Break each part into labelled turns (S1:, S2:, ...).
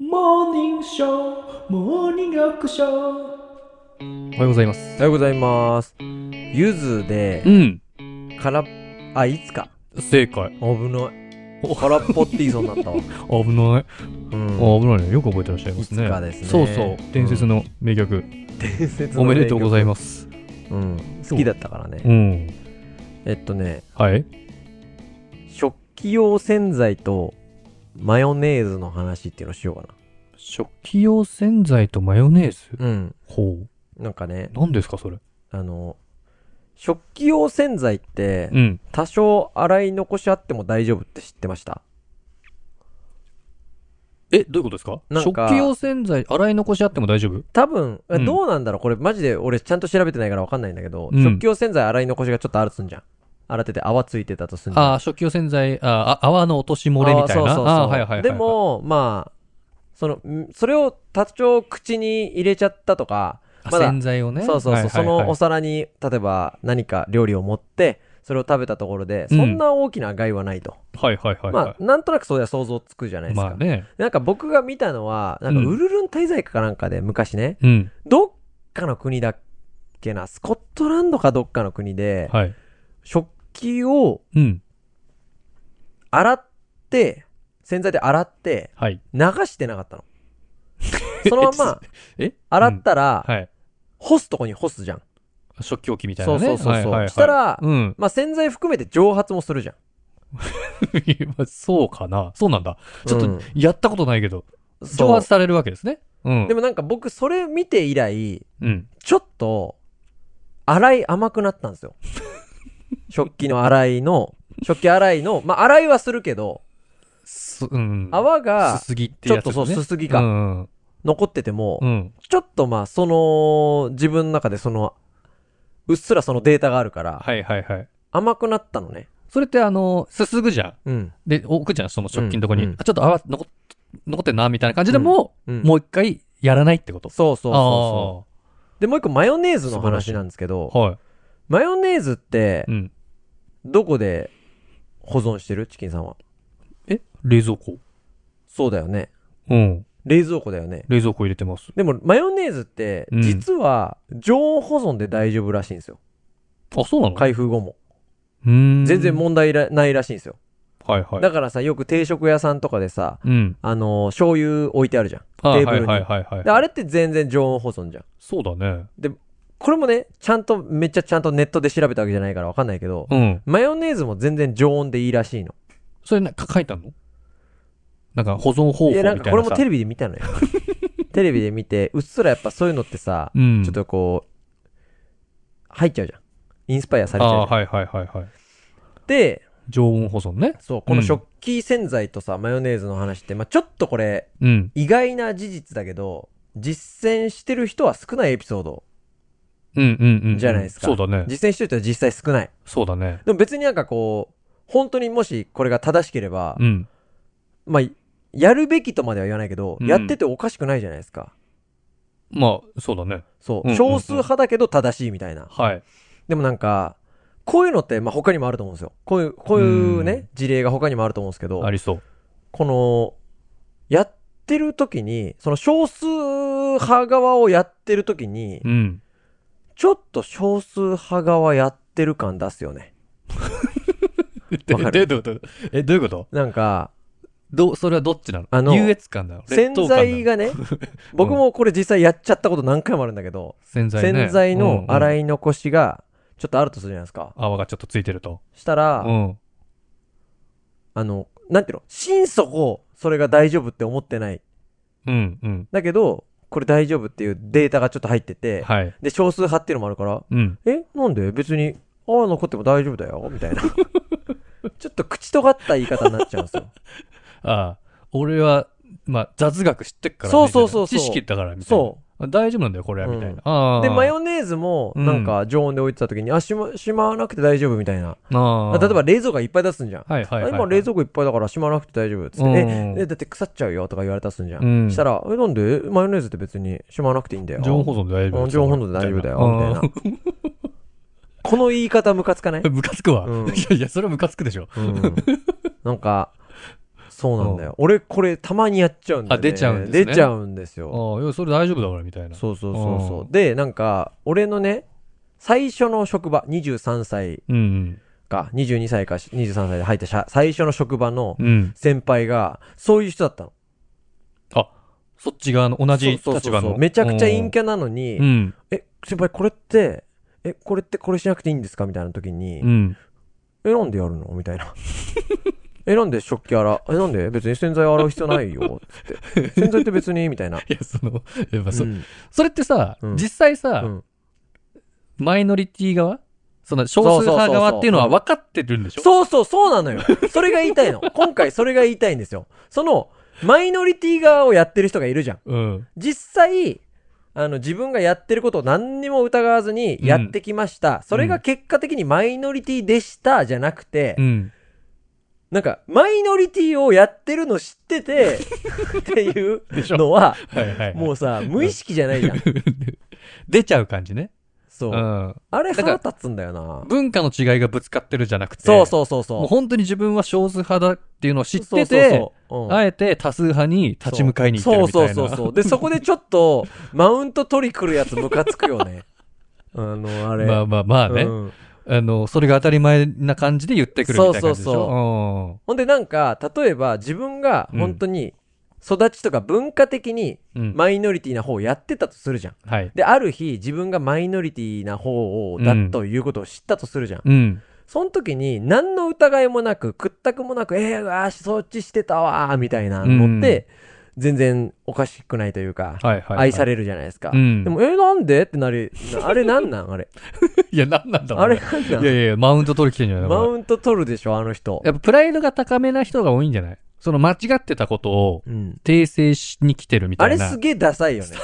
S1: モーニングショー、モーニングアクショー。
S2: おはようございます。
S3: おはようございます。ゆずで
S2: う、ん。
S3: から、あ、いつか。
S2: 正解。
S3: 危ない。空っぽって言いそうになったわ。
S2: 危ない。
S3: うん。
S2: 危ないね。よく覚えてらっしゃいますね。
S3: いつかですね
S2: そうそう。伝説の名曲。
S3: 伝説
S2: おめでとうござい
S3: ま
S2: ます。
S3: す。うん。好きだったからね
S2: う。ん。
S3: えっとね、
S2: はい。
S3: 食器用洗剤とマヨネーズの話っていうのしようか
S2: 食器用洗剤とマヨネーズ
S3: な。うん。
S2: ほう。
S3: なんかね、
S2: 何ですか、それ。
S3: あの、食器用洗剤って
S2: うん。
S3: 多少洗い残しあっても大丈夫って知ってました
S2: え、どういうことですか
S3: なんか
S2: 食器用洗剤、洗い残しあっても大丈夫
S3: 多分、
S2: うん
S3: どうなんだろうこれマジで俺ちゃんと調べてないからわかんないんだけど、
S2: うん
S3: 食器用洗剤洗い残しがちょっとあるとすんじゃん。洗ってて泡ついてたとすんじゃん。
S2: ああ、食器用洗剤、ああ、泡の落とし漏れみたいな。
S3: あーそうそうそう
S2: あーはいはいはい。
S3: で、も、まあ、その、んそれを多少口に入れちゃったとか、
S2: あ
S3: まだ
S2: 洗剤をね。
S3: そうそうそう、
S2: はいはいはい
S3: そのお皿に、例えば何か料理を持って、それを食べたところで、そんな大きな害はないと。
S2: はいはいはい
S3: ま
S2: は
S3: あ、なんとなくそれは想像つくじゃない
S2: い。
S3: ですか。
S2: まあね。
S3: なんか僕が見たのは、なんかウルルン滞在かなんかで昔ね、
S2: うん。
S3: どっかの国だっけな、スコットランドかどっかの国で、
S2: はい。
S3: 食器を
S2: うん。
S3: 洗って、洗剤で洗って、
S2: はい。
S3: 流してな かったの。そのまま、
S2: え
S3: 洗ったら、
S2: はい。
S3: 干すとこに干すじゃん。
S2: 食器置きみたい
S3: そ
S2: な
S3: う
S2: ね。
S3: そうそう
S2: はいはい
S3: そ
S2: は
S3: う。
S2: い
S3: したら、
S2: うん。
S3: まあ洗剤含めて蒸発もするじゃん。
S2: まあ そうかな。そうなんだ。ちょっ
S3: う
S2: と
S3: ん、
S2: やったことないけど、蒸
S3: そう
S2: 発されるわけですね。うん。
S3: でもなんか僕それ見て以来、
S2: うん。
S3: ちょっと、洗い甘くなったん ですよ。食器の洗いの、食器洗いの、まあ洗いはするけど、
S2: す、うん。
S3: 泡が
S2: すすぎってやつ、ね。
S3: ちょっとそうすすぎが
S2: うん
S3: 残ってても
S2: う、ん。
S3: ちょっとまあ、その、自分の中でその、うっすらそのデータがあるから、
S2: はいはいはい。
S3: 甘くなったのね。
S2: それってあの、すすぐじゃん。
S3: うん。
S2: で、置くじゃん、その食器のとこに。
S3: うんうん
S2: あ、ちょっと泡残っ、残ってんな、みたいな感じでも、
S3: うん、
S2: もう一回やらないってこと。
S3: そうそうそうそうう。で、もう一個マヨネーズの話なんですけど、
S2: はい。
S3: マヨネーズって
S2: う、ん。
S3: どこで保存してるチキンさんは。
S2: え冷蔵庫。
S3: そうだよね。
S2: うん。
S3: 冷蔵庫だよね。
S2: 冷蔵庫入れてます。
S3: でも、マヨネーズって、
S2: うん
S3: 実は、常温保存で大丈夫らしいんですよ。
S2: あ、そうなの
S3: 開封後も。
S2: うーん。
S3: 全然問題らないらしいんですよ。
S2: はいはい。
S3: だからさ、よく定食屋さんとかでさ、
S2: うん。
S3: あのー醤油置いてあるじゃん。
S2: あ
S3: テーブルに
S2: はいはいはいはい。
S3: で、あれって全然常温保存じゃん。
S2: そうだね。
S3: これもね、ちゃんと、めっちゃちゃんとネットで調べたわけじゃないからわかんないけど、
S2: うん。
S3: マヨネーズも全然常温でいいらしいの。
S2: それなんか書いてあんのなんか保存方法み
S3: い
S2: た
S3: や、
S2: いな
S3: な
S2: さ。
S3: んかこれもテレビで 見たのよ。テレビで見て、うっすらやっぱそういうのってさ、
S2: うん。
S3: ちょっとこう、入っちゃうじゃん。インスパイアされちゃうじゃ
S2: あ
S3: ん
S2: あー、はいはいはいはい。
S3: で、
S2: 常温保存ね。
S3: そう、この
S2: うん
S3: 食器洗剤とさ、マヨネーズの話って、まあちょっとこれ、
S2: うん。
S3: 意外な事実だけど、実践してる人は少ないエピソード。
S2: うんうんうん。
S3: じゃないですか
S2: そうだね。
S3: 実践してる人は実際少ない。
S2: そうだね。
S3: でも別になんかこう、本当にもしこれが正しければ、
S2: うん。
S3: まあ、やるべきとまでは言わないけど、
S2: うん
S3: やってておかしくないじゃないですか。
S2: まあ、そうだね。
S3: そ
S2: う
S3: う、
S2: んうんうん
S3: 少数派だけど正しいみたいな。
S2: はい。
S3: でもなんか、こういうのって、まあ、他にもあると思うんですよ。こういう、こういうね、
S2: うん
S3: 事例が他にもあると思うんですけど
S2: あ、りそう。
S3: この、やってる時に、その少数派側をやってる時に
S2: う、ん。
S3: ちょっと少数派側やってる感出すよね。わかる
S2: え、 どういうことえ、どういうこと
S3: なんか、
S2: どう、それはどっちなの
S3: あの
S2: 優越感なの
S3: 洗剤。
S2: 劣等感なの
S3: がね、僕もこれ実際やっちゃったこと何回もあるんだけど、
S2: 洗剤ね。
S3: 洗剤の洗
S2: い。
S3: い残しが、ちょっとあるとするじゃないですか。
S2: 泡がちょっとついてると。
S3: した
S2: う
S3: ら、
S2: ん。
S3: あの、なんていうの、心底、それが大丈夫って思ってない。
S2: うんうん。
S3: だけど、これ大丈夫っていうデータがちょっと入ってて、
S2: はい。
S3: で、少数派っていうのもあるから、
S2: うん。
S3: え、なんで別に、泡残っても大丈夫だよみたいな。 ちょっと口尖った言い方になっちゃうんで すよ。
S2: ああ、俺は、まあ、雑学知ってっからね。
S3: そうそうそう
S2: みた
S3: そう
S2: いな知識だから、みたいな。
S3: そ
S2: あ大丈夫なんだよ、これは、みたい
S3: うん
S2: な。ああ。
S3: う。で、マヨネーズも、なんか常温で置いてた時に、あ、しま、しまわなくて大丈夫みたいな。
S2: ああ。
S3: 例えば、冷蔵庫がいっぱい出すんじゃん。
S2: はいはいはいはい。
S3: あ今冷蔵庫いっぱいだからしまわなくて大丈夫っつって、
S2: うん
S3: ええだって腐っちゃうよとか言われたりすんじゃん、
S2: うん
S3: したらえなんでマヨネーズって別にしまわなくていいんだよ
S2: 常温保存で大丈夫
S3: うん常温保存で大丈夫だよみたいなこの言 い方ムカつかない
S2: な。、ムカつくわ。
S3: うん
S2: いやいや、それはムカつくでしょ。
S3: うんなんかそうなんだよ。俺、これ、たまにやっちゃうんだよ、ね。
S2: あ出ちゃうんですね
S3: 出ちゃうんですよ。
S2: ああ、いや、それ大丈夫だからみたいな。
S3: そうそうそうそうう。で、なんか、俺のね、最初の職場、23歳
S2: うん
S3: か、22歳か、23歳で入った社最初の職場の
S2: うん。うん。
S3: 先輩が、そういう人だったの。
S2: あ、そっち側の同じ立場
S3: そう
S2: の。
S3: そうそうそうめちゃくちゃ陰
S2: キ
S3: キャなのに、
S2: うん。
S3: え、先輩、これって、え、これってこれしなくていいんですかみたいな時に、
S2: うん。
S3: え、なんでやるのみたいな。 え、なんで食器洗うえ、なんで別に洗剤洗う必要ないよ。つって。洗剤って別にみたいな。
S2: いや、その、やっぱ
S3: う
S2: そ、
S3: ん
S2: それってさ、
S3: うん
S2: 実際
S3: う
S2: さ、
S3: ん
S2: マイノリティ側その少数派側っていうのは分かってるんでしょ
S3: そうそう、そうなのよ。それが言いたいの。今回それが言いたいんですよ。その、マイノリティ側をやってる人がいるじゃん。
S2: うん。
S3: 実際、あの、自分がやってることを何にも疑わずにやってきました。それが結果的にマイノリティでした、じゃなくて、
S2: うん。
S3: なんか、マイノリティをやってるの知っ てて、っていう
S2: でしょ
S3: のは、
S2: はいはいはい。
S3: もうさ、無意識じゃないじゃん。
S2: 出ちゃう感じね。
S3: そうう。
S2: ん。
S3: あれ
S2: だから
S3: 腹立つんだよな。
S2: 文化の違いがぶつかってるじゃなくて。
S3: そうそうそうそう。
S2: もう本当に自分は少数派だっていうのを知ってて、
S3: そうそうそううん
S2: あえて多数派に立ち向かいに行ってるみたいな。
S3: そうそうそうそう。で、そこでちょっと、マウント取り来るやつムカつくよね。あの、あ れ。
S2: まあまあまあね、
S3: うん
S2: あの、それが当たり前な感じで言ってくるみたいな感じでしょ。
S3: そうそうほんでなんか、例えば自分が本当に育ちとか文化的に
S2: うんうん
S3: マイノリティな方をやってたとするじゃん。
S2: はい。
S3: で、ある日自分がマイノリティな方をだ
S2: うん
S3: ということを知ったとするじゃん。
S2: うん。
S3: その時に何の疑いもなく、屈託もなく、えー、あーそっちしてたわー、みたいなのって、全然おかしくないというか、
S2: はいはい、はい。
S3: 愛さ
S2: れ
S3: れるじゃないですか。
S2: うん
S3: でも、えー、なんでってなり、なあれなんなんあれ。
S2: いや、なん なんだろう
S3: あれ
S2: ね、
S3: なん
S2: い
S3: な
S2: や
S3: ん
S2: いやいや、マウント取り来てんじゃない
S3: マ
S2: これ
S3: ウント取るでしょ、あの人。
S2: やっぱプライドが高めな人が多いんじゃないその間違ってたことを
S3: うん。
S2: 訂正しに来てるみた
S3: あ
S2: い
S3: れ
S2: な。
S3: すげえダサいよね。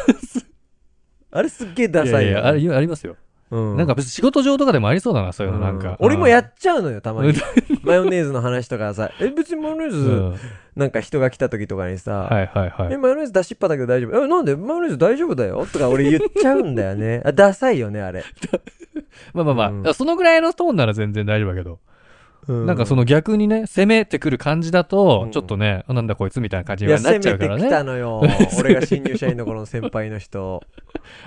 S3: あれすっげえダサいよ
S2: や
S3: ね。
S2: やあれありますよ。
S3: うん
S2: なんか別に仕事上とかでもありそうだな、そういうのなんか。
S3: うん俺も
S2: や
S3: やっちゃうのよ、たまに。 マヨネーズの話とかさ、え、別にマヨネー
S2: う
S3: ズ、
S2: ん、はい
S3: なんか人が来た時とかにさ、
S2: はいは
S3: え、
S2: い。
S3: マヨネーズ出しっぱだけど大丈夫え、なんでマヨネーズ大丈夫だよとか俺言っちゃうんだよ ね。あダサいよね、あれ。
S2: まあまあまあ、
S3: うん
S2: そのぐらいのトーンなら全然大丈夫だけど。
S3: うん
S2: なんかその逆にね、攻めてくる感じだと
S3: うん、
S2: ちょっとね、なんだこいつみたいな感じ
S3: い
S2: に
S3: や、
S2: はなっ
S3: 攻
S2: ちゃ
S3: め
S2: うか
S3: て
S2: ら
S3: きた
S2: ね。
S3: のよ。俺が新入社員の頃の先輩の人。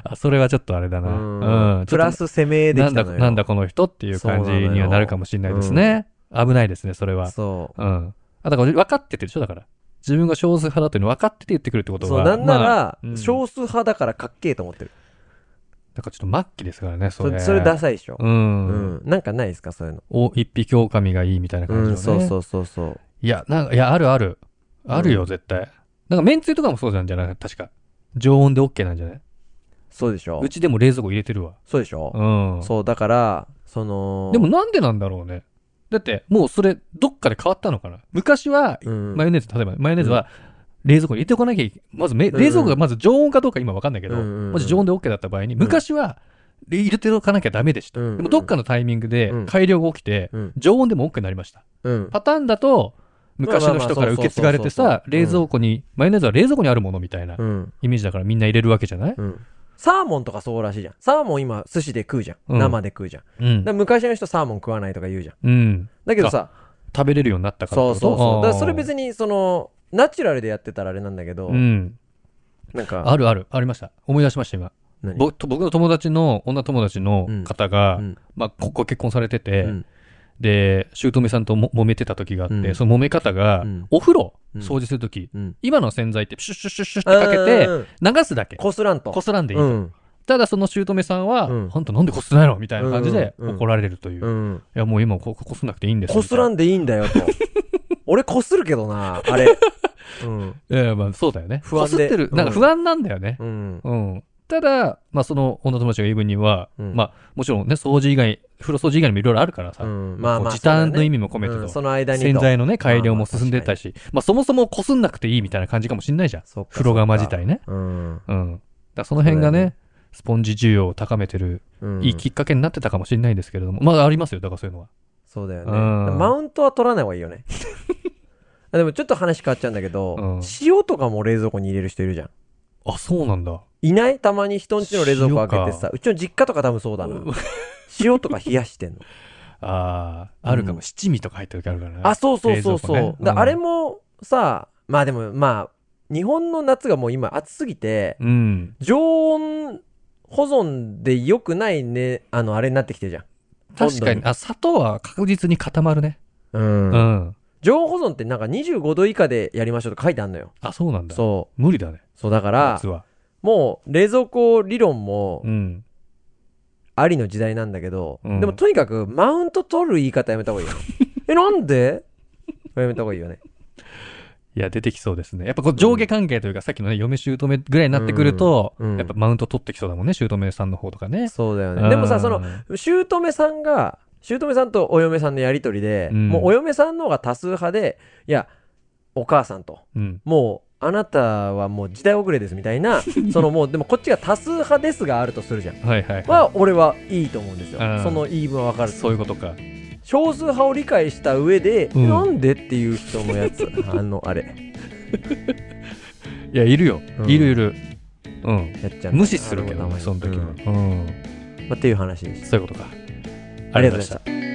S2: あ それはちょっとあれだ
S3: う
S2: な。うん。
S3: ん。プラ
S2: ちょっ
S3: ス攻め
S2: と
S3: で
S2: な
S3: き
S2: ん
S3: た
S2: だ、
S3: のよ。
S2: なんだこの人っていう感じにはなるかもしれないですね。危ないですね、それは。
S3: そ
S2: うん。あ、だから分かっててでしょ、だから。自分が少数派だというの分かってて言ってくるってこ
S3: う。
S2: と
S3: そう、
S2: は。
S3: なんなら、
S2: 少、うん、
S3: 少数派だからかっけえと思ってる。
S2: だからちょっと末期ですからね、そ
S3: そ
S2: れ。
S3: れ、それダサいでしょ。
S2: う。
S3: うんん。なんかないですか、そういうの。
S2: お、一匹狼がいいみたいな感じ
S3: う
S2: のね。
S3: ん、そうそうそうそう。
S2: いや、なんか、いや、あるある。あるよ、絶対。なんか、めんつゆとかもそうなんじゃない確か。常温で OK なんじゃない
S3: そうでしょ
S2: うちでも冷蔵庫入れてるわ。
S3: そうでしょ
S2: うん。
S3: そう、だから、その、
S2: でも、なんでなんだろうね。だって、もうそれ、どっかで変わったのかな。昔は、
S3: うん
S2: マヨネーズ、例えば、マヨネーズは、冷蔵庫に入れておかなきゃいけまずめ、
S3: うん
S2: 冷蔵庫がまず常温かどうか今わかんないけど、
S3: うんうんうん
S2: もし常温で OK だった場合に、昔は、入れておかなきゃダメでした。
S3: うんうん
S2: でも、どっかのタイミングで
S3: うん、
S2: 改良が起きて、
S3: うん
S2: 常温でも OK になりました。
S3: うん。
S2: パターンだと、昔の人から受け継がれて
S3: まあまあま
S2: さ、
S3: あそうそうそうそう
S2: 冷蔵庫に、マヨネーズは冷蔵庫にあるものみたいな
S3: うん。
S2: イメージだからみんな入れるわけじゃない
S3: うん。サーモンとかそうらしいじゃん。サーモン今、寿司で食うじゃ
S2: うん
S3: ん。生で食うじゃん。だか
S2: うん
S3: ら。昔の人サーモン食わないとか言うじゃん。
S2: うん。
S3: だけどさ、
S2: 食べれるようになったから
S3: そうそうそう。だからそれ別
S2: に。
S3: に、その、ナチュラルでやってたらあれなんだけど
S2: う、ん。
S3: なんか、
S2: あるある。ありました。思い出しました、今。
S3: 何
S2: ぼ僕の友達の、女友達の方が、
S3: うん
S2: まあ、こご結婚されてて、
S3: うん
S2: で、姑さんとも揉めてた時があって、
S3: うん
S2: その揉め方が、
S3: うん
S2: お風呂、
S3: うん
S2: 掃除するとき、
S3: うん。
S2: 今の洗剤ってシュッシュッシュッシュッって
S3: うんうんうん
S2: かけて、流すだけ。
S3: こすらんと。
S2: こすらんでいいと。
S3: うん。
S2: ただその姑さんは、
S3: うん
S2: あんたなんでこすないのみたいな感じで
S3: うんうんうん
S2: 怒られるという。
S3: う
S2: い
S3: ん。
S2: や、もう今こ、こすんなくていいんです
S3: こすら
S2: ん。
S3: んでいいんだよ と。俺こするけどな、あれ。うん。
S2: いやいや、まあそうだよね。
S3: 不安で
S2: こすってる。なんか
S3: うん
S2: 不安なんだよね。
S3: うん。
S2: うん。ただ、まあその女友達が言う分には、
S3: うん
S2: まあもちろんね、掃除以外、風呂掃除以外にもいろいろあるからさ、
S3: うんまあまあ
S2: こう時短の意味も込めて
S3: うん
S2: と、
S3: その間にと。
S2: 洗剤のね、改良も
S3: まあまあ
S2: 進んでたし、まあそもそもこすんなくていいみたいな感じかもしんないじゃん。
S3: そっか
S2: 風呂釜自。体ね。
S3: そっかうん
S2: うん。だからその辺が
S3: そうだよ
S2: ね、スポンジ需要を高めてる、
S3: うん。
S2: いいきっかけになってたかもしれないですけれども、まだありますよ、だからそういうのは。
S3: そうだよね。
S2: うん
S3: マウントは取らない方がい いよね。あでもちょっと話変わっちゃうんだけど、
S2: うん
S3: 塩とかも冷蔵庫に入れる人いるじゃん。
S2: あ、そうなんだ。
S3: いないたまに人んちの冷蔵庫開けて
S2: 塩
S3: さ、うちの実家とか多分そうだな。塩とか冷やしてんの。
S2: ああ、あるかも、
S3: う ん
S2: 七味とか入ってる時あるからね。
S3: あ、そうそうそうそう。
S2: 冷蔵庫ね
S3: だ
S2: うん
S3: あれもさ、まあでも、まあ、日本の夏がもう今暑すぎて、
S2: うん。
S3: 常温保存で良くないね、あの、あれになってきてるじゃん。
S2: 確かに、あ、砂糖は確実に固まるね。
S3: うん。
S2: うん。
S3: 常温保存ってなんか25度以下でやりましょうとか書いてあるのよ。
S2: あ、そうなんだ。
S3: そ
S2: 無理だね
S3: う。。そうだから
S2: 実、は。
S3: もう冷蔵庫理論も
S2: うん。
S3: ありの時代なんだけど、
S2: うん
S3: でもとにかくマウント取る言い方やめた方がいいよ。 え、なんでやめた方がいいよね。
S2: いや、出てきそうですね。やっぱこう上下関係というか、さっきのね、嫁姑ぐらいになってくると、
S3: うんうん
S2: やっぱマウント取ってきそうだもんね、姑さんの方とかね。
S3: そうだよ
S2: うん
S3: ね。でもさ、その、、姑さんが、姑さんとお嫁さんのやりとりで、
S2: うん
S3: もうお嫁さんの方が多数派で、いや、お母さんと、
S2: うん。
S3: もう、あなたはもう時代遅れですみた いな、そのもう、でもこっちが多数派ですがあるとするじゃん。
S2: はいはい、はい。
S3: は、俺はいいと思うんですよ
S2: うん。
S3: その言い分はわかる。
S2: そういうことか。
S3: 少数派を理解した上で、
S2: うん
S3: なんでっていう人のや つ、あの、あれ、
S2: いや、いるよ。
S3: うん
S2: いるいる。うん。
S3: やっちゃん
S2: 無視するけど
S3: あ
S2: ね、
S3: の
S2: その時は。
S3: うんま
S2: うん。
S3: あっていう話でした。
S2: そういうことか。
S3: ありがとうございました。